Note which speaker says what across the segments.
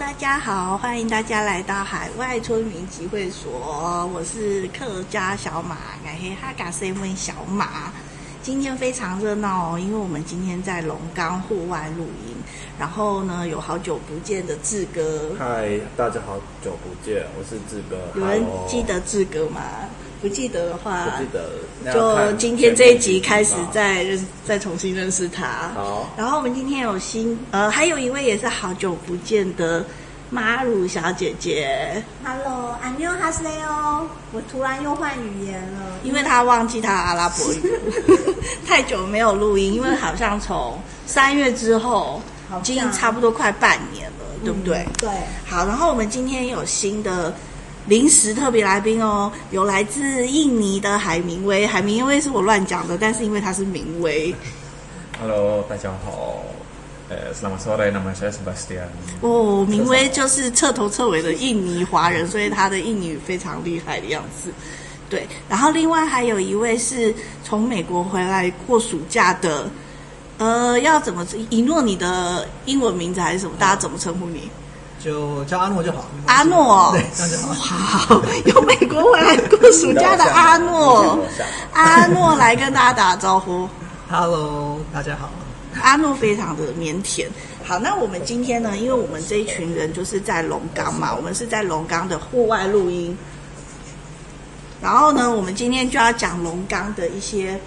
Speaker 1: 大家好，欢迎大家来到海外村民集会所，我是客家小马，我是哈嘎 seven 小马。今天非常热闹哦，因为我们今天在龙岗户外露营，然后呢有好久不见的志哥，
Speaker 2: 嗨，大家好久不见，我是志哥。
Speaker 1: 有人
Speaker 2: Hello
Speaker 1: 记得志哥吗？不记得的话
Speaker 2: 不，记得？那要
Speaker 1: 就
Speaker 2: 看
Speaker 1: 今天这一集
Speaker 2: 前面几
Speaker 1: 开始
Speaker 2: 吧
Speaker 1: 再认再重新认识他。
Speaker 2: 好
Speaker 1: 然后我们今天有新呃，还有一位也是好久不见的马鲁小姐姐，
Speaker 3: Hello，안녕하세요。我突然又换语言了，
Speaker 1: 因为她忘记她阿拉伯 语，太久没有录音，因为好像从三月之后，
Speaker 3: 好像
Speaker 1: 已经差不多快半年了，对不对？
Speaker 3: 嗯对，
Speaker 1: 好，然后我们今天有新的临时特别来宾哦，有来自印尼的海明威，海明威是我乱讲的，但是因为他是明威
Speaker 4: Halo, Tajahao. Eh, selamat sore, nama saya Sebastian.
Speaker 1: 哦，明威就是彻头彻尾的印尼华人，所以他的印尼语非常厉害的样子。对，然后另外还有一位是从美国回来过暑假的，呃，要怎么一诺？你的英文名字还是什么？大家怎么称呼你？
Speaker 5: 就叫阿诺就好。没关系
Speaker 1: 阿诺哦
Speaker 5: 对，这样就好。
Speaker 1: 好， 有美国回来过暑假的阿 诺，阿诺来跟大家打招呼。
Speaker 5: Hello，大家好。
Speaker 1: 阿诺非常的腼腆。好，那我们今天呢，因为我们这一群人就是在龙岗嘛，我们是在龙岗的户外录音。然后呢，我们今天就要讲龙岗的一些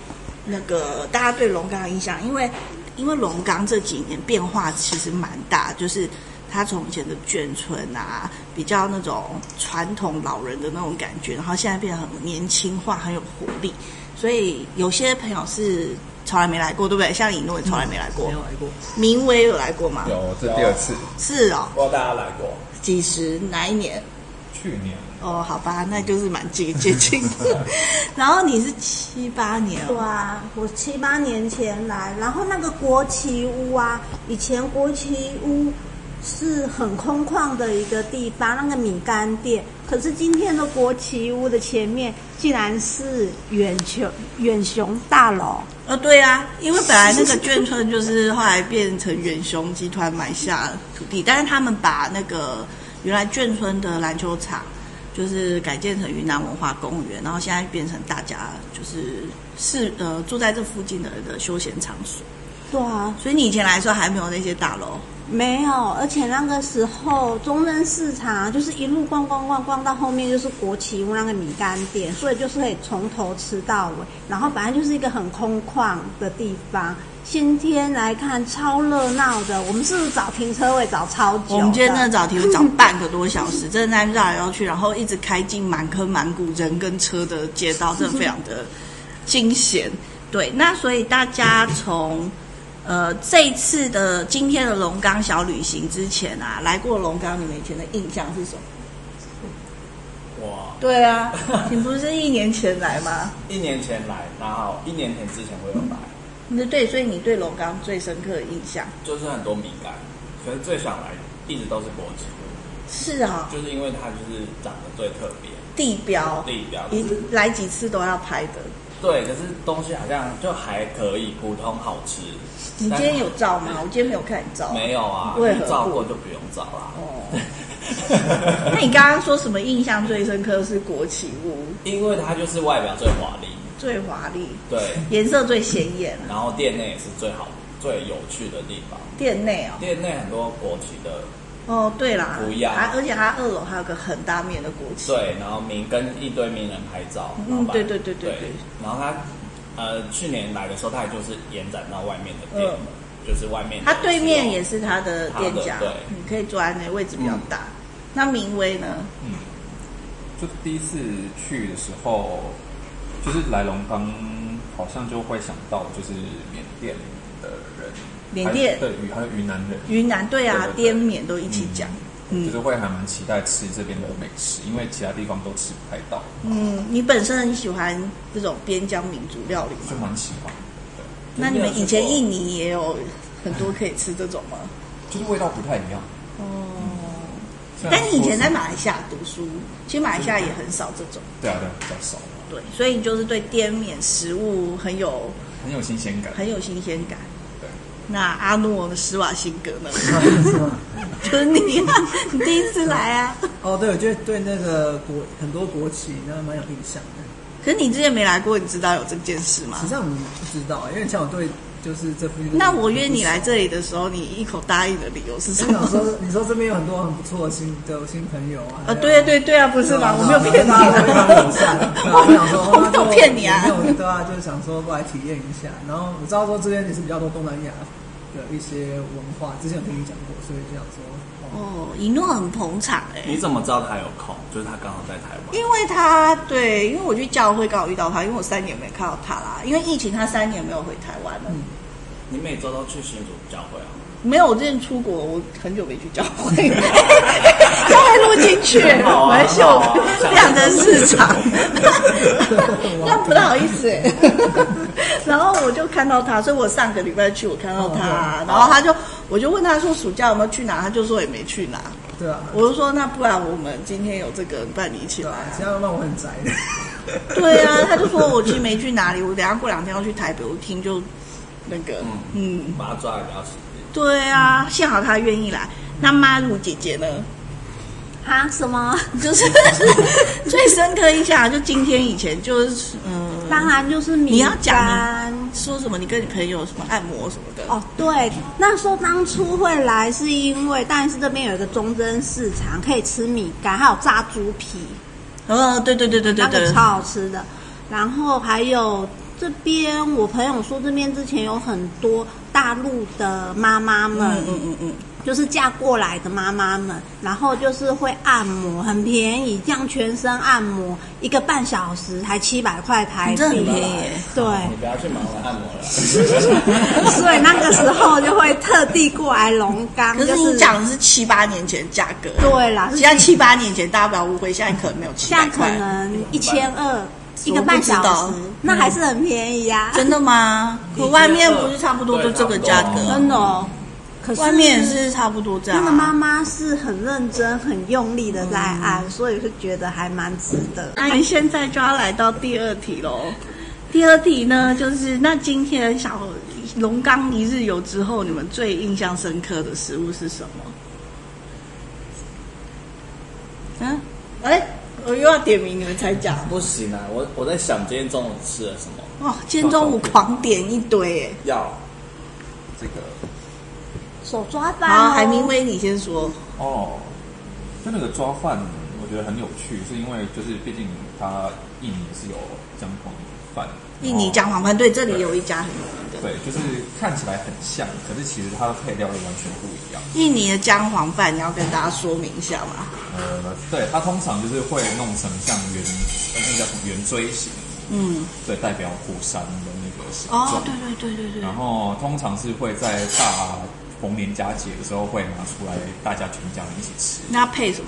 Speaker 1: 那个大家对龙岗的印象，因为因为龙岗这几年变化其实蛮大，就是它从以前的眷村啊，比较那种传统老人的那种感觉，然后现在变得很年轻化，很有活力。所以有些朋友是从来没来过，对不对？像以诺也从来没来过
Speaker 5: 没，有来 过。
Speaker 1: 明威有来过吗？
Speaker 4: 有，这第二次，
Speaker 1: 是哦，
Speaker 2: 不知道大家来过？
Speaker 1: 几十哪一年？
Speaker 4: 去年
Speaker 1: 哦，好吧，那就是蛮接接近的。然后你是七八年
Speaker 3: 对
Speaker 1: 哦，
Speaker 3: 啊，我七八年前来，然后那个国旗屋啊，以前国旗屋是很空旷的一个地方，那个米干店，可是今天的国旗屋的前面竟然是远雄远雄大楼，
Speaker 1: 呃，对啊，因为本来那个眷村就是后来变成远雄集团买下土地，但是他们把那个原来眷村的篮球场，就是改建成云南文化公园，然后现在变成大家就是是呃住在这附近的的休闲场所。
Speaker 3: 对啊，
Speaker 1: 所以你以前来说还没有那些大楼，
Speaker 3: 没有，而且那个时候中正市场就是一路逛逛逛逛到后面就是国旗屋那个米干店，所以就是可以从头吃到尾。然后反正就是一个很空旷的地方。今天来看超热闹的，我们是不是找停车位找超久？
Speaker 1: 我们今天真的找题目找半个多小时，真的在绕来绕去，然后一直开进满坑满谷人跟车的街道，真的非常的惊险。对，那所以大家从呃这一次的今天的龙岗小旅行之前啊，来过龙岗，你们以前的印象是什么？
Speaker 2: 哇，
Speaker 1: 对啊， 你不是一年前来吗？
Speaker 2: 一年前来，然后一年前之前我有来，
Speaker 1: 那对，所以你对龙岗最深刻的印象
Speaker 2: 就是很多米干，可是最想来一直都是国旗，
Speaker 1: 是啊，
Speaker 2: 就是因为它就是长得最特别，
Speaker 1: 地标，
Speaker 2: 地标
Speaker 1: 一来几次都要拍的。
Speaker 2: 对，可是东西好像就还可以，普通好吃。
Speaker 1: 你今天有照吗？我今天没有看你照。
Speaker 2: 没有啊？
Speaker 1: 为何
Speaker 2: 你照过就不用照啦。
Speaker 1: 哦， 那你刚刚说什么印象最深刻是国旗屋
Speaker 2: 因为它就是外表最华丽，
Speaker 1: 最华丽，
Speaker 2: 对，
Speaker 1: 颜色最显眼，
Speaker 2: 然后店内也是最好、最有趣的地方。
Speaker 1: 店内哦。
Speaker 2: 店内很多国旗的，
Speaker 1: 哦，对啦，
Speaker 2: 不一样
Speaker 1: 啊而且它二楼还有个很大面的国旗。
Speaker 2: 对，然后名跟一堆名人拍照，
Speaker 1: 嗯
Speaker 2: 然后把
Speaker 1: 对对对对
Speaker 2: 对
Speaker 1: 对
Speaker 2: 然后他呃去年来的时候，他也就是延展到外面的店，
Speaker 1: 嗯
Speaker 2: 就是外面的哦
Speaker 1: 它对面
Speaker 2: 这种
Speaker 1: 也是它的店家
Speaker 2: 它的对，
Speaker 1: 你可以坐在那位置比较大。那明威呢？
Speaker 4: 就第一次去的时候，就是来龙岗，好像就会想到就是缅甸的人，
Speaker 1: 缅甸
Speaker 4: 还有对，还有云南人，
Speaker 1: 云南对啊
Speaker 4: 对，对对
Speaker 1: 滇缅都一起讲。嗯
Speaker 4: 就是会还蛮期待吃这边的美食，因为其他地方都吃不太到，
Speaker 1: 嗯，你本身很喜欢这种边疆民族料理
Speaker 4: 就
Speaker 1: 吗？
Speaker 4: 蛮喜欢。
Speaker 1: 那你们以前印尼也有很多可以吃这种吗？
Speaker 4: 就是味道不太一样。
Speaker 1: 哦。
Speaker 4: 虽然
Speaker 1: 但你以前在
Speaker 4: 说
Speaker 1: 马来西亚读书，其实马来西亚也很少这种，
Speaker 4: 对啊对啊，比较少，
Speaker 1: 对，所以你就是对滇缅食物很有
Speaker 4: 很有新鲜感。
Speaker 1: 很有新鲜感。
Speaker 4: 对，
Speaker 1: 那阿诺的施瓦辛格 呢？就是你啊，你第一次来啊。
Speaker 5: 哦，对，我觉得对那个国很多国旗那蛮有印象的。
Speaker 1: 可是你之前没来过，你知道有这件事吗
Speaker 5: 实？际上我们不知道，因为像我对就是这附近的。
Speaker 1: 那我约你来这里的时候，你一口答应的理由是什
Speaker 5: 我想
Speaker 1: 么？
Speaker 5: 说，你说这边有很多很不错的新的新朋友
Speaker 1: 啊，
Speaker 5: 啊。
Speaker 1: 对对对啊，不是吗？我没有骗你
Speaker 5: 啊。
Speaker 1: 啊。
Speaker 5: 我想 说，
Speaker 1: 我没有骗你啊
Speaker 5: 没有对啊，就是想说过来体验一下。然后我知道说这边也是比较多东南亚的一些文化，之前有听你讲过，所以就想说，哦，
Speaker 1: 哦，一诺很捧场哎、
Speaker 2: 你怎么知道他有空？就是他刚好在台湾。
Speaker 1: 因为他对，因为我去教会刚好遇到他，因为我三年没看到他啦，因为疫情他三年没有回台湾了。
Speaker 2: 你每周都去新竹教会啊？
Speaker 1: 没有，我之前出国，我很久没去教 会，教会录进去，
Speaker 2: 很好啊
Speaker 1: 蛮秀
Speaker 2: 很好啊
Speaker 1: 这样的市场， 那不太好意思欸。 然后我就看到他，所以我上个礼拜去，我看到他，
Speaker 2: 哦
Speaker 1: 然后他就，我就问他说暑假有没有去哪，他就说也没去哪。
Speaker 5: 对啊，
Speaker 1: 我就说那不然我们今天有这个，不然你一起
Speaker 5: 对
Speaker 1: 来
Speaker 5: 啊
Speaker 1: 啊。，
Speaker 5: 这样让我很宅 的。
Speaker 1: 对啊，他就说我其实没去哪里，我等一下过两天要去台北，我听就那个，嗯，
Speaker 2: 把他抓的比较死。
Speaker 1: 对啊，幸好他愿意来。那妈如姐姐 呢？
Speaker 3: 啊什么？
Speaker 1: 就是 最深刻印象，就今天以前就是嗯，
Speaker 3: 当然就是
Speaker 1: 你
Speaker 3: 米
Speaker 1: 要讲
Speaker 3: 干。
Speaker 1: 说什么你跟你朋友什么按摩什么的，
Speaker 3: 哦，对，那时候当初会来是因为，但是这边有一个忠贞市场，可以吃米干，还有炸猪皮，
Speaker 1: 哦，对对对对对
Speaker 3: 那个
Speaker 1: 对
Speaker 3: 超，好吃的。然后还有这边，我朋友说这边之前有很多大陆的妈妈们，
Speaker 1: 嗯嗯嗯嗯，
Speaker 3: 就是嫁过来的妈妈们，然后就是会按摩，很便宜，这样全身按摩一个半小时才七百块台
Speaker 1: 你
Speaker 3: 币，
Speaker 1: 真的很便宜耶。
Speaker 3: 对，
Speaker 2: 你不要去忙了按摩了。
Speaker 3: 所以那个时候就会特地过来龙岗，
Speaker 1: 可
Speaker 3: 就是
Speaker 1: 你讲的是七八年前的价格，
Speaker 3: 对啦是
Speaker 1: 现在七八年前大家不要误会，现在可能没有七
Speaker 3: 现在
Speaker 1: 百
Speaker 3: 可
Speaker 1: 块，
Speaker 3: 能一千二一个半小
Speaker 1: 我
Speaker 3: 时
Speaker 1: 不知道，
Speaker 3: 那还是很便宜呀、
Speaker 1: 真的吗？可外面不是差不多就这个价
Speaker 2: 对差不
Speaker 1: 格
Speaker 2: 多，
Speaker 3: 真的哦。可是
Speaker 1: 外面也是差不多这样
Speaker 3: 那
Speaker 1: 啊。
Speaker 3: 个妈妈是很认真、很用力的在按，所以是觉得还蛮值得。
Speaker 1: 嗯那你现在就要来到第二题喽。第二题呢，就是那今天小龙岗一日游之后，你们最印象深刻的食物是什么？嗯，哎、我又要点名，你们才讲
Speaker 2: 不行啊，我我在想今天中午吃了什么
Speaker 1: 哇！今天中午狂点一堆
Speaker 2: 药。
Speaker 4: 这个
Speaker 3: 手抓
Speaker 1: 哎，
Speaker 3: 饭、
Speaker 1: 好，
Speaker 3: 哦，
Speaker 1: 海明威你先说，
Speaker 4: 哦，就那个抓饭，我觉得很有趣，是因为就是毕竟它印尼是有姜黄饭，
Speaker 1: 印尼姜黄饭，对，这里有一家很有名的
Speaker 4: 对，就是看起来很像，可是其实它的配料又完全不一样。
Speaker 1: 印尼的姜黄饭，你要跟大家说明一下吗？
Speaker 4: 呃，对，它通常就是会弄成像圆，呃那个叫什么圆锥形，
Speaker 1: 嗯，
Speaker 4: 对，代表火山的那个形状。
Speaker 1: 哦，对对对对对，
Speaker 4: 然后通常是会在大逢年佳节的时候会拿出来，大家全家人一起吃，
Speaker 1: 那配什么？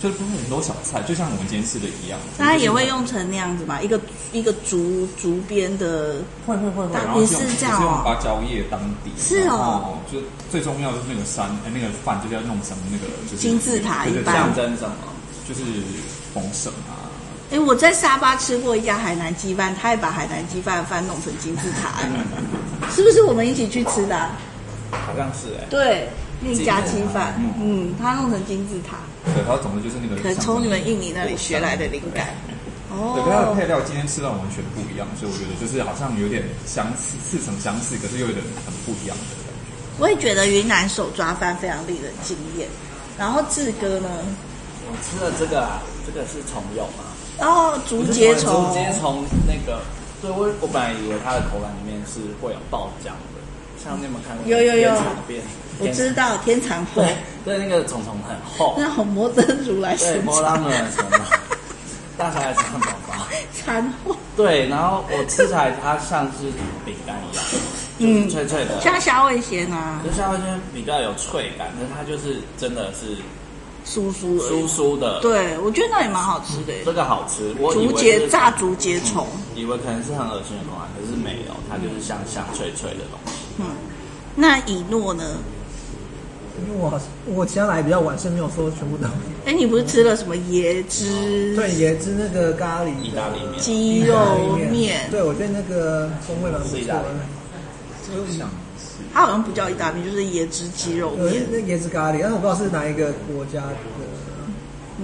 Speaker 4: 就是不是很多小菜，就像我们今天吃的一样。
Speaker 1: 它也会用成那样子嘛，一个一个竹竹编的，
Speaker 4: 会会会会，
Speaker 1: 但
Speaker 4: 然后
Speaker 1: 也
Speaker 4: 就是用
Speaker 1: 这样
Speaker 4: 就是
Speaker 1: 哦
Speaker 4: 用芭蕉叶当底，
Speaker 1: 是哦
Speaker 4: 然后就最重要就是那个山，呃那个饭就是要弄成那个就是
Speaker 1: 金字塔
Speaker 4: 对对
Speaker 1: 一般
Speaker 2: 象征什么？
Speaker 4: 就是丰盛啊，
Speaker 1: 哎，我在沙巴吃过一家海南鸡饭，他也把海南鸡饭的饭弄成金字塔， 哎是不是我们一起去吃的啊、
Speaker 2: 好像是哎、
Speaker 1: 对，那家鸡饭，嗯，他弄成金字塔，
Speaker 4: 对，它总之就是那个
Speaker 1: 可能从你们印尼那里学来的灵感。
Speaker 4: 对，跟它的
Speaker 1: 哦，
Speaker 4: 配料今天吃到完全不一样，所以我觉得就是好像有点相似，似曾相似，可是又有点很不一样的感觉。
Speaker 1: 我也觉得云南手抓饭非常令人惊艳。然后志哥呢？
Speaker 2: 我吃了这个啊，这个是虫蛹啊，
Speaker 1: 哦，竹节虫
Speaker 2: 竹，节虫那个，对我我本来以为它的口感里面是会有爆浆的，像你们看过
Speaker 1: 有有有
Speaker 2: 天蚕变，
Speaker 1: 我
Speaker 2: 天蚕
Speaker 1: 知道天蚕后，
Speaker 2: 对对，那个虫虫很厚，
Speaker 1: 那红魔珍珠来
Speaker 2: 对，
Speaker 1: 生
Speaker 2: 摸到
Speaker 1: 产
Speaker 2: 没有什么，大家也是汉堡包。
Speaker 1: 蚕后。
Speaker 2: 对，然后我吃起来它像是饼干一样，
Speaker 1: 嗯
Speaker 2: 就是脆脆的，
Speaker 1: 像虾味鲜啊，
Speaker 2: 就像它比较有脆感，但是它就是真的是
Speaker 1: 酥酥而
Speaker 2: 酥
Speaker 1: 已。
Speaker 2: 酥的。，
Speaker 1: 对，我觉得那也蛮好吃的耶。
Speaker 2: 这个好吃，我以
Speaker 1: 竹
Speaker 2: 为
Speaker 1: 节
Speaker 2: 是
Speaker 1: 炸竹节虫，
Speaker 2: 以为可能是很恶心的东西，可是没有，它就是香香脆脆的东西。
Speaker 1: 那以诺呢？
Speaker 5: 因为我我其他来比较晚，是没有说全部都有。
Speaker 1: 哎，你不是吃了什么椰汁、
Speaker 5: 对，也是那个咖喱的
Speaker 2: 意大利面
Speaker 1: 鸡肉面？
Speaker 5: 对我觉得那个风味蛮不错
Speaker 2: 是意大利
Speaker 5: 的
Speaker 2: 面。
Speaker 4: 这个想是
Speaker 1: 它好像不叫意大利面，就是椰汁鸡肉
Speaker 5: 呃，
Speaker 1: 面。
Speaker 5: 那椰子咖喱，但是我不知道是哪一个国家的，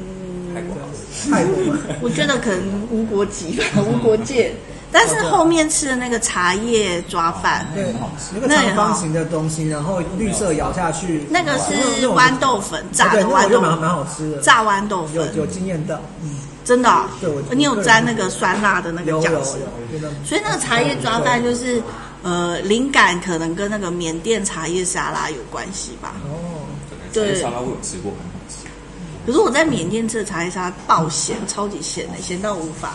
Speaker 4: 泰国好
Speaker 5: 泰国吗？
Speaker 1: 我觉得可能无国籍吧，无国界。但是后面吃的那个茶叶抓饭，
Speaker 5: 对
Speaker 4: 很好吃，
Speaker 5: 那个长方形的东西，然后绿色咬下去，
Speaker 1: 哦那个是豌豆粉炸
Speaker 5: 啊对，
Speaker 1: 的
Speaker 5: 那我
Speaker 1: 豌
Speaker 5: 就
Speaker 1: 豆
Speaker 5: 蛮蛮
Speaker 1: 粉，
Speaker 5: 好吃的，
Speaker 1: 炸豌豆
Speaker 5: 有
Speaker 1: 粉，
Speaker 5: 有惊艳到，嗯，
Speaker 1: 真的哦、
Speaker 5: 对我
Speaker 1: 你有沾那个酸辣的那个
Speaker 5: 有有
Speaker 1: 酱
Speaker 5: 有，
Speaker 1: 汁，
Speaker 5: 我觉得
Speaker 1: 所以那个茶叶抓饭就是呃，灵感可能跟那个缅甸茶叶沙拉有关系吧。
Speaker 5: 哦，
Speaker 4: 吃。
Speaker 1: 对
Speaker 4: 沙拉我有吃过，很好吃。
Speaker 1: 可是我在缅甸吃的茶叶沙拉爆咸，超级咸的、咸到无法，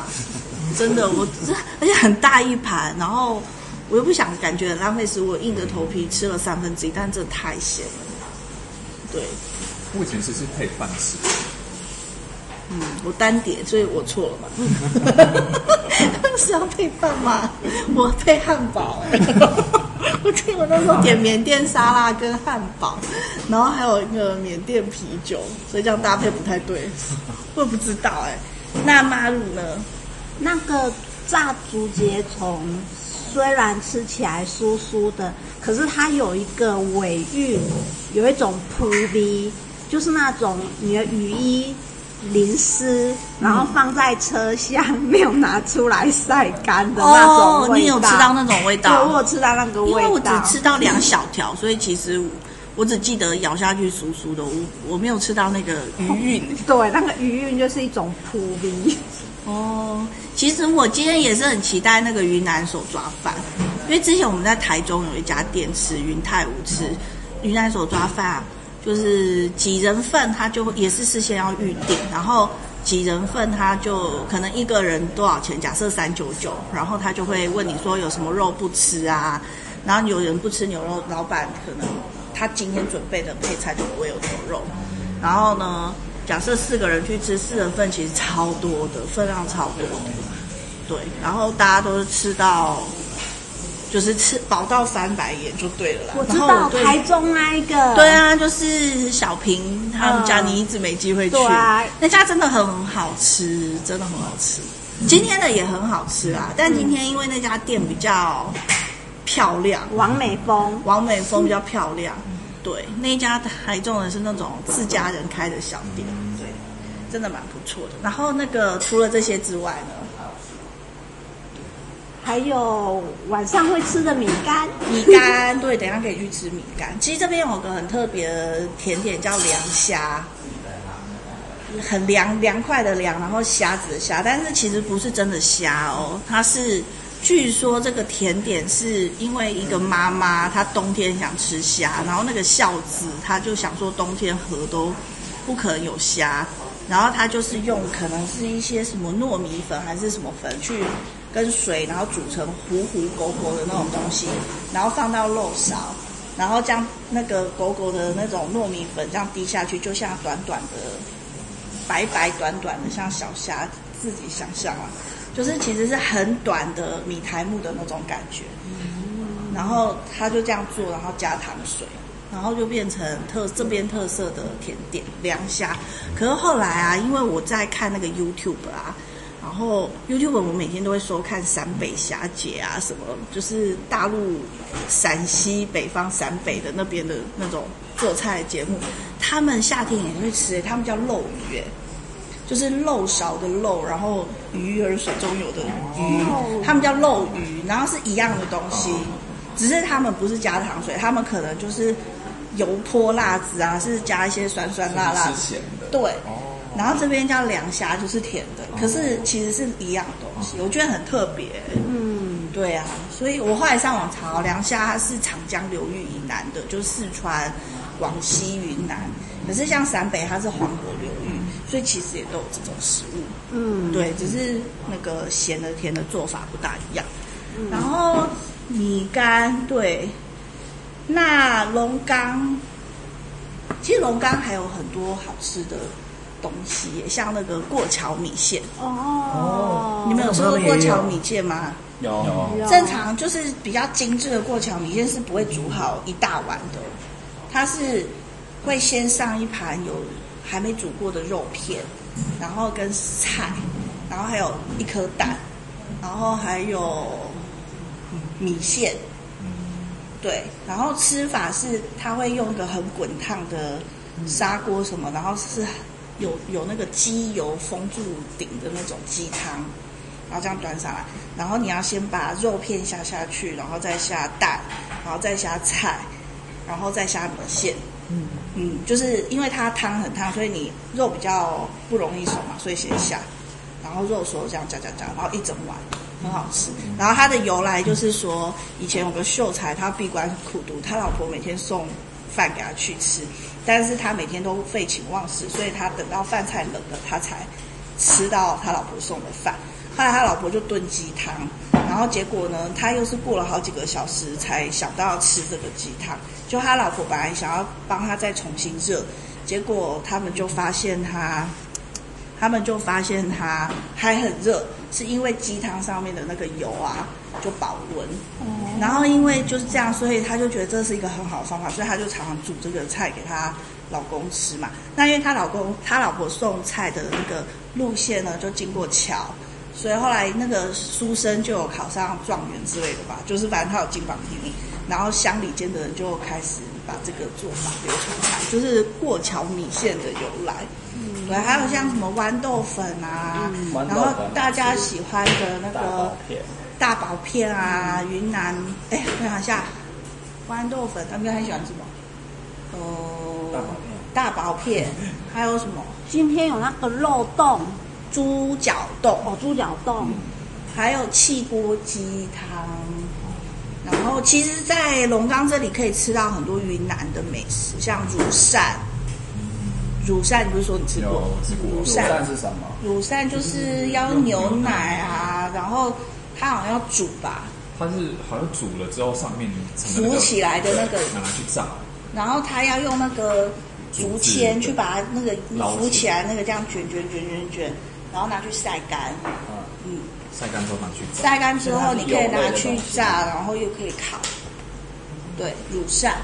Speaker 1: 真的，我这而且很大一盘，然后我又不想感觉很浪费食物，我硬着头皮吃了三分之一，但真的太咸了。对，
Speaker 4: 我以前是是配饭吃，
Speaker 1: 嗯，我单点，所以我错了嘛。 是要配饭吗？我配汉堡、 我记得我那时候点缅甸沙拉跟汉堡，然后还有一个缅甸啤酒，所以这样搭配不太 对。我也不知道哎、那妈乳呢？
Speaker 3: 那个炸竹节虫虽然吃起来酥酥的，可是它有一个尾韵，有一种扑鼻，就是那种你的雨衣淋湿，然后放在车厢没有拿出来晒干的那
Speaker 1: 哦
Speaker 3: 种味道。
Speaker 1: 你有吃到那种味
Speaker 3: 对，我
Speaker 1: 道？
Speaker 3: 有吃到那个
Speaker 1: 因
Speaker 3: 味
Speaker 1: 为
Speaker 3: 道。
Speaker 1: 我只吃到两小条，所以其实我我只记得咬下去酥酥的，我我没有吃到那个
Speaker 3: 哦
Speaker 1: 余韵。
Speaker 3: 对，那个余韵就是一种扑鼻。
Speaker 1: 哦，其实我今天也是很期待那个云南手抓饭，因为之前我们在台中有一家店吃云泰武吃云南手抓饭、啊，就是几人份，他就也是事先要预定，然后几人份他就可能一个人多少钱，假设三九九，然后他就会问你说有什么肉不吃啊，然后有人不吃牛肉，老板可能他今天准备的配菜就不会有牛肉。然后呢，假设四个人去吃四人份，其实超多的，分量超多的。对，然后大家都是吃到，就是吃饱到翻白眼就对了啦。
Speaker 3: 我知
Speaker 1: 然后
Speaker 3: 道
Speaker 1: 我对
Speaker 3: 台中那一个，
Speaker 1: 对，啊，就是小平他们家，
Speaker 3: 嗯
Speaker 1: 你一直没机会去。
Speaker 3: 对啊
Speaker 1: 那家真的很好吃，真的很好吃。今天的也很好吃啊，但今天因为那家店比较漂亮，
Speaker 3: 王美峰。
Speaker 1: 王美峰比较漂亮。对，那一家台中的是那种自家人开的小店，对，真的蛮不错的。然后那个除了这些之外呢，
Speaker 3: 还有晚上会吃的米干，
Speaker 1: 米干，对，等一下可以去吃米干。其实这边有个很特别的甜点叫凉虾，很凉凉快的凉，然后虾子的虾，但是其实不是真的虾哦，它是据说这个甜点是因为一个妈妈她冬天想吃虾，然后那个孝子他就想说冬天河都不可能有虾，然后他就是用可能是一些什么糯米粉还是什么粉去跟水，然后煮成糊糊狗狗的那种东西，然后放到肉勺。然后将那个狗狗的那种糯米粉这样滴下去，就像短短的白白短短的，像小虾，自己想象啊，就是其实是很短的米苔木的那种感觉。然后他就这样做，然后加糖水，然后就变成特这边特色的甜点凉虾。可是后来啊，因为我在看那个 YouTube 啊，然后 YouTube 我每天都会收看陕北虾姐啊，什么就是大陆陕西北方陕北的那边的那种做菜的节目，他们夏天也会吃、他们叫漏鱼、欸，就是漏勺的漏，然后鱼儿水中游的鱼，他们叫漏鱼，然后是一样的东西，只是他们不是加糖水，他们可能就是油泼辣子啊，是加一些酸酸辣辣
Speaker 4: 是
Speaker 1: 的，
Speaker 4: 咸的。
Speaker 1: 对，
Speaker 4: 哦，嗯
Speaker 1: 然后这边叫凉虾，就是甜的，可是其实是一样的东西，我觉得很特别。
Speaker 3: 嗯，
Speaker 1: 对啊，所以我后来上网查，凉虾它是长江流域以南的，就是四川、广西、云南。可是像陕北，它是黄河流域，所以其实也都有这种食物。
Speaker 3: 嗯，
Speaker 1: 对，只是那个咸的甜的做法不大一样。然后米干对，那龙岗，其实龙岗还有很多好吃的东西耶，像那个过桥米线，
Speaker 3: 哦，
Speaker 1: 你们有吃过
Speaker 5: 我们
Speaker 1: 过
Speaker 5: 也有
Speaker 1: 桥米线吗？
Speaker 2: 有
Speaker 4: 有
Speaker 3: 啊
Speaker 1: 正常就是比较精致的过桥米线是不会煮好一大碗的，它是会先上一盘有还没煮过的肉片，然后跟菜，然后还有一颗蛋，然后还有米线，对，然后吃法是它会用一个很滚烫的砂锅什么，然后是有有那个鸡油封住顶的那种鸡汤，然后这样端上来，然后你要先把肉片下下去，然后再下蛋，然后再下菜，然后再下米线。
Speaker 5: 嗯，
Speaker 1: 嗯，就是因为它汤很烫，所以你肉比较不容易熟嘛，所以先下，然后肉熟这样加加加，然后一整碗，很好吃。然后它的由来就是说，以前有个秀才，他闭关苦读，他老婆每天送饭给他去吃，但是他每天都废寝忘食，所以他等到饭菜冷了，他才吃到他老婆送的饭。后来他老婆就炖鸡汤，然后结果呢，他又是过了好几个小时才想到要吃这个鸡汤。就他老婆本来想要帮他再重新热，结果他们就发现他，他们就发现他还很热，是因为鸡汤上面的那个油啊就保温。然后因为就是这样，所以他就觉得这是一个很好的方法，所以他就常常煮这个菜给他老公吃嘛。那因为他老公他老婆送菜的那个路线呢，就经过桥。所以后来那个书生就有考上状元之类的吧，就是反正他有金榜题名，然后乡里间的人就开始把这个做法流传开，就是过桥米线的由来。嗯，对，还有像什么豌豆粉啊，
Speaker 2: 豌
Speaker 1: 然
Speaker 2: 豆
Speaker 1: 后
Speaker 2: 粉
Speaker 1: 大家喜欢的那
Speaker 2: 大
Speaker 1: 个
Speaker 2: 薄片，
Speaker 1: 大薄片啊，云南，哎，我想一下，豌豆粉，他们很喜欢什么？
Speaker 4: 大
Speaker 1: 呃
Speaker 4: 薄片，
Speaker 1: 大薄 片，还有什么
Speaker 3: 今天有那个肉冻
Speaker 1: 猪脚冻，
Speaker 3: 哦，猪脚冻，
Speaker 1: 还有汽锅鸡汤。然后，其实，在龙岗这里可以吃到很多云南的美食，像乳扇。乳扇，你不是说你吃过？
Speaker 4: 有吃过嗯
Speaker 1: 乳
Speaker 2: 卤
Speaker 1: 扇，
Speaker 2: 蛋是什么？
Speaker 1: 乳扇就是要牛奶啊，然后它好像要煮吧，
Speaker 4: 它是好像煮了之后上面成了那个
Speaker 1: 浮起来的那个
Speaker 4: 拿去炸，
Speaker 1: 然后它要用那个竹签去把它那个
Speaker 4: 捞
Speaker 1: 浮
Speaker 4: 起
Speaker 1: 起来，那个这样卷卷卷卷卷，然后拿去晒干。嗯，
Speaker 4: 晒干之后拿去炸。
Speaker 1: 晒干之后你可以拿去炸，然后又可以烤。对，乳扇，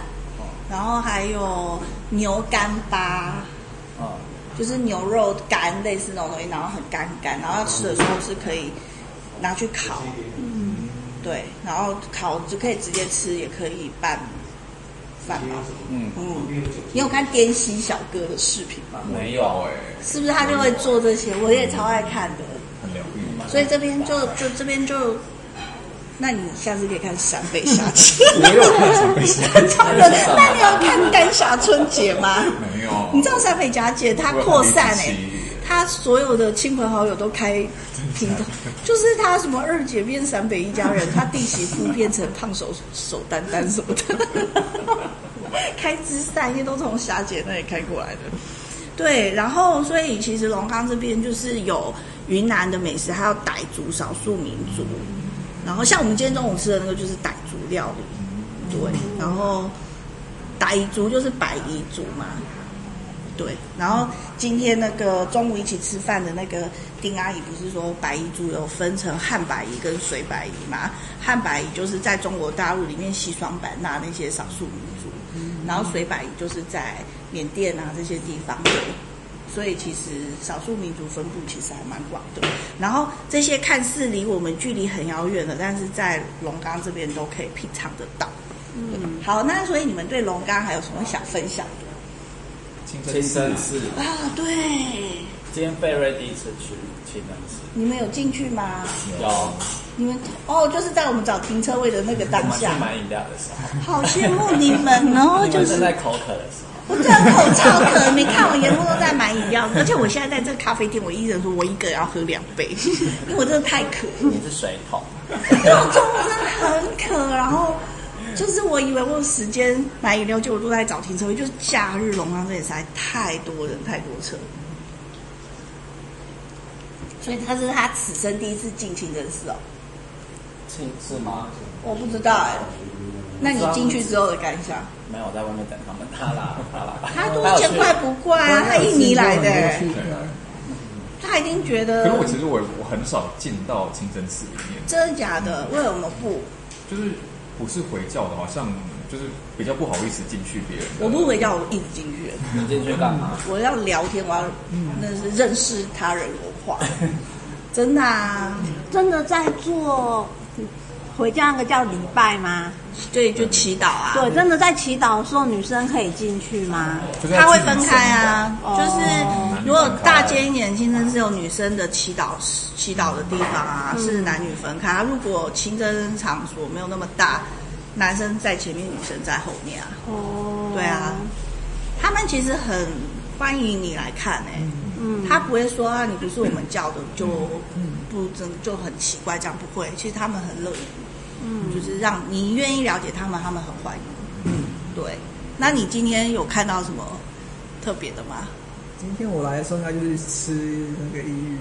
Speaker 1: 然后还有牛干巴，
Speaker 2: 啊，
Speaker 1: 就是牛肉干类似那种东西，然后很干干，然后要吃的时候是可以拿去烤。嗯，对，然后烤就可以直接吃，也可以拌饭嘛。
Speaker 2: 嗯，
Speaker 1: 嗯，你有看滇西小哥的视频吗？
Speaker 4: 没有哎、
Speaker 2: 欸
Speaker 1: 是不是他就会做这些？我也超爱看的，
Speaker 4: 很疗愈。
Speaker 1: 所以这边就就这边就，那你下次可以看陕北下集。
Speaker 4: 我有看长辈是
Speaker 1: 超有， 那你有看丹霞春节吗？
Speaker 4: 没有？
Speaker 1: 你知道陕北假姐她扩散哎、
Speaker 4: 我有看第七
Speaker 1: 她所有的亲朋好友都开 平台，就是她什么二姐变陕北一家人，她弟媳妇变成胖手手丹丹什么的， 开枝散叶都从霞姐那里开过来的。对，然后所以其实龙岗这边就是有云南的美食，还有傣族少数民族，然后像我们今天中午吃的那个就是傣族料理，对，然后傣族就是百夷族嘛，对，然后今天那个中午一起吃饭的那个丁阿姨不是说白夷族有分成汉白夷跟水白夷嘛？汉白夷就是在中国大陆里面西双版纳那些少数民族，然后水白夷就是在缅甸啊这些地方的。所以其实少数民族分布其实还蛮广的，然后这些看似离我们距离很遥远的，但是在龙岗这边都可以品尝得到。嗯，好，那所以你们对龙岗还有什么想分享的？
Speaker 4: 清
Speaker 2: 清真寺，
Speaker 1: 啊，对，
Speaker 2: 今天贝瑞第一次去清真寺，
Speaker 1: 你们有进去吗？
Speaker 2: 有
Speaker 1: 你们哦，就是在我们找停车位的那个当
Speaker 2: 我们去
Speaker 1: 下，
Speaker 2: 买饮料的时候，
Speaker 1: 好羡慕你们 哦！
Speaker 2: 你
Speaker 1: 就
Speaker 2: 们正
Speaker 1: 是
Speaker 2: 在口渴的时候，
Speaker 1: 我这口罩渴，没看我沿路都在买饮料，而且我现在在这咖啡店，我一人说我一个人要喝两杯， 因为我真的太渴了。
Speaker 2: 你是水桶，
Speaker 1: 因为我中午真的很渴，然后就是我以为我有时间买饮料，结果都在找停车位。就是假日龙啊岗这里实在太多人太多车，所以他是他此生第一次进清真寺哦，
Speaker 2: 是是吗？
Speaker 1: 我不知道哎、那你进去之后的感想？
Speaker 2: 没有，我在外面等他们，他啦他啦，
Speaker 1: 他多一千块不怪啊，他印尼来的、欸，他一定觉
Speaker 4: 可
Speaker 1: 得
Speaker 4: 是我其实我我很少进到清真寺里面，
Speaker 1: 真的假的？为什么不？
Speaker 4: 就是不是回教的，好像就是比较不好意思进去别人的。
Speaker 1: 我不回家，我一直进去。
Speaker 2: 你进去干嘛？
Speaker 1: 我要聊天，我要那是认识 他人文化，真的啊。
Speaker 3: 真的在做回家那个叫礼拜吗？
Speaker 1: 对，就祈祷啊。
Speaker 3: 对，真的在祈祷的时候，女生可以进去吗？
Speaker 4: 就是要
Speaker 1: 它会
Speaker 4: 自己
Speaker 1: 分开啊，
Speaker 3: 哦
Speaker 1: 就是如果大间一点，清真寺有女生的祈祷祈祷的地方啊，是男女分开。如果清真场所没有那么大，男生在前面，女生在后面啊。
Speaker 3: 哦，
Speaker 1: 对啊，他们其实很欢迎你来看诶、
Speaker 3: 嗯，
Speaker 1: 他不会说啊，你不是我们教的，就
Speaker 5: 嗯
Speaker 1: 不真就很奇怪，这样不会。其实他们很乐意，嗯，就是让你愿意了解他们，他们很欢迎。嗯，对。那你今天有看到什么特别的吗？
Speaker 5: 今天我来的时候应该就是吃那个抑郁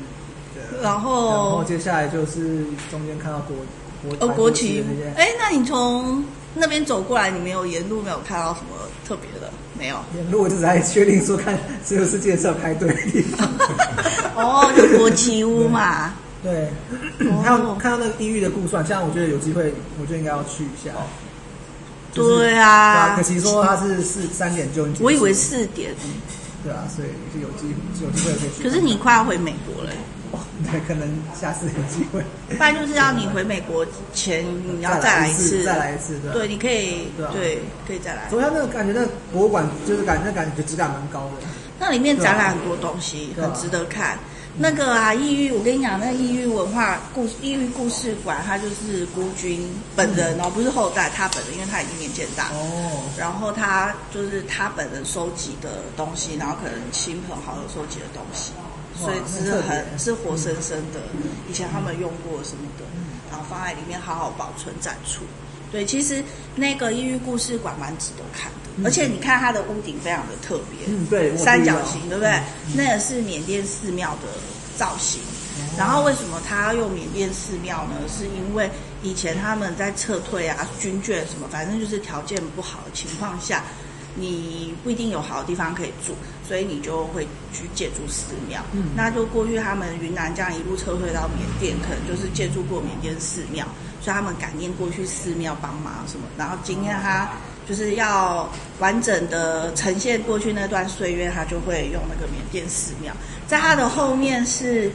Speaker 5: 的，
Speaker 1: 然后
Speaker 5: 然后接下来就是中间看到国国
Speaker 1: 哦，国旗
Speaker 5: 那些。
Speaker 1: 哎、那你从那边走过来，你没有沿路没有看到什么特别的？没 有。
Speaker 5: 沿路我就在确定说看是不是介绍排队的地 方。
Speaker 1: 哦，就国旗屋嘛。
Speaker 5: 对，
Speaker 1: 哦
Speaker 5: 还有看到那个地狱的故算，像我觉得有机会，我就应该要去一下。 就是
Speaker 1: 对
Speaker 5: 对啊
Speaker 1: 啊，
Speaker 5: 可惜说它是是三点就已经结束，
Speaker 1: 我以为四点，
Speaker 5: 对啊，所以就有机是有机会可以去。
Speaker 1: 可是你快要回美国了、 欸
Speaker 5: 对，可能下次有机会
Speaker 1: 不然就是要你回美国前你 要再来
Speaker 5: 一
Speaker 1: 一次，
Speaker 5: 再来一次，对啊。
Speaker 1: 对，你可以
Speaker 5: 对啊
Speaker 1: 对，可以再来。
Speaker 5: 昨天那个感觉，那博物馆就是感那感觉质感蛮高的。
Speaker 1: 那里面展览很多东西，
Speaker 5: 对啊
Speaker 1: 很值得看。那个啊，异域，我跟你讲，那个异域文化故异域故事馆，它就是孤军本人哦，不是后代，他本人，因为他已经年纪很大。
Speaker 5: 哦，
Speaker 1: 然后他就是他本人收集的东西，然后可能亲朋好友收集的东西，所以
Speaker 5: 哇
Speaker 1: 是
Speaker 5: 那特
Speaker 1: 很
Speaker 5: 别嗯
Speaker 1: 是活生生的，以前他们用过什么的，然后放在里面好好保存展出。对，其实那个异域故事馆蛮值得看的，而且你看它的屋顶非常的特别，
Speaker 5: 嗯对我注意
Speaker 1: 三角
Speaker 5: 到
Speaker 1: 形，对不对？
Speaker 5: 嗯
Speaker 1: 那也是缅甸寺庙的造型。
Speaker 5: 哦
Speaker 1: 然后为什么他要用缅甸寺庙呢？是因为以前他们在撤退啊、军眷什么，反正就是条件不好的情况下，你不一定有好的地方可以住，所以你就会去借助寺庙。嗯，那就过去他们云南这样一路撤退到缅甸，可能就是借助过缅甸寺庙，所以他们感念过去寺庙帮忙什么。然后今天他就是要完整的呈现过去那段岁月，他就会用那个缅甸寺庙，在他的后面是。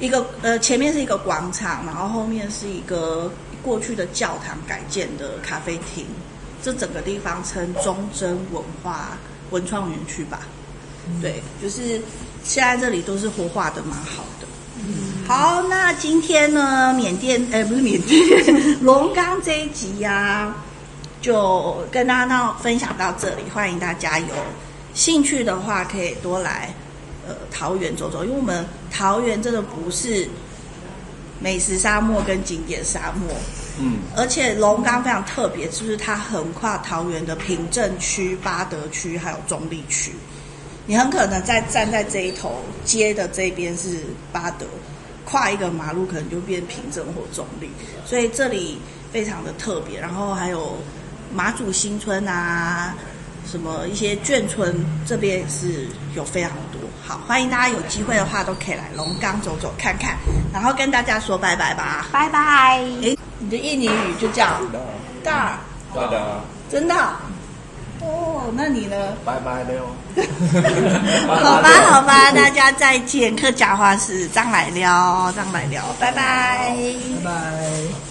Speaker 1: 一个呃，前面是一个广场，然后后面是一个过去的教堂改建的咖啡厅。这整个地方称忠贞文化文创园区吧？对，就是现在这里都是活化的，蛮好的。好，那今天呢，缅甸哎、不是缅甸，龙岗这一集呀、就跟大家到分享到这里，欢迎大家有兴趣的话可以多来呃桃园走走，因为我们桃园真的不是美食沙漠跟景点沙漠，
Speaker 2: 嗯，
Speaker 1: 而且龙岗非常特别，就是它横跨桃园的平镇区、八德区还有中立区。你很可能在站在这一头街的这边是八德，跨一个马路可能就变平镇或中立，所以这里非常的特别。然后还有马祖新村啊，什么一些眷村这边也是有非常多。好，欢迎大家有机会的话都可以来龙岗走走看看，然后跟大家说拜拜吧。
Speaker 3: 拜拜。
Speaker 1: 诶，你的印尼语就叫大儿，
Speaker 4: 大家
Speaker 1: 真的啊？哦，那你呢？
Speaker 2: 拜 拜了哟。
Speaker 1: 好吧，好吧，大家再见。客家话是张来了，张来了，拜拜
Speaker 5: 拜拜。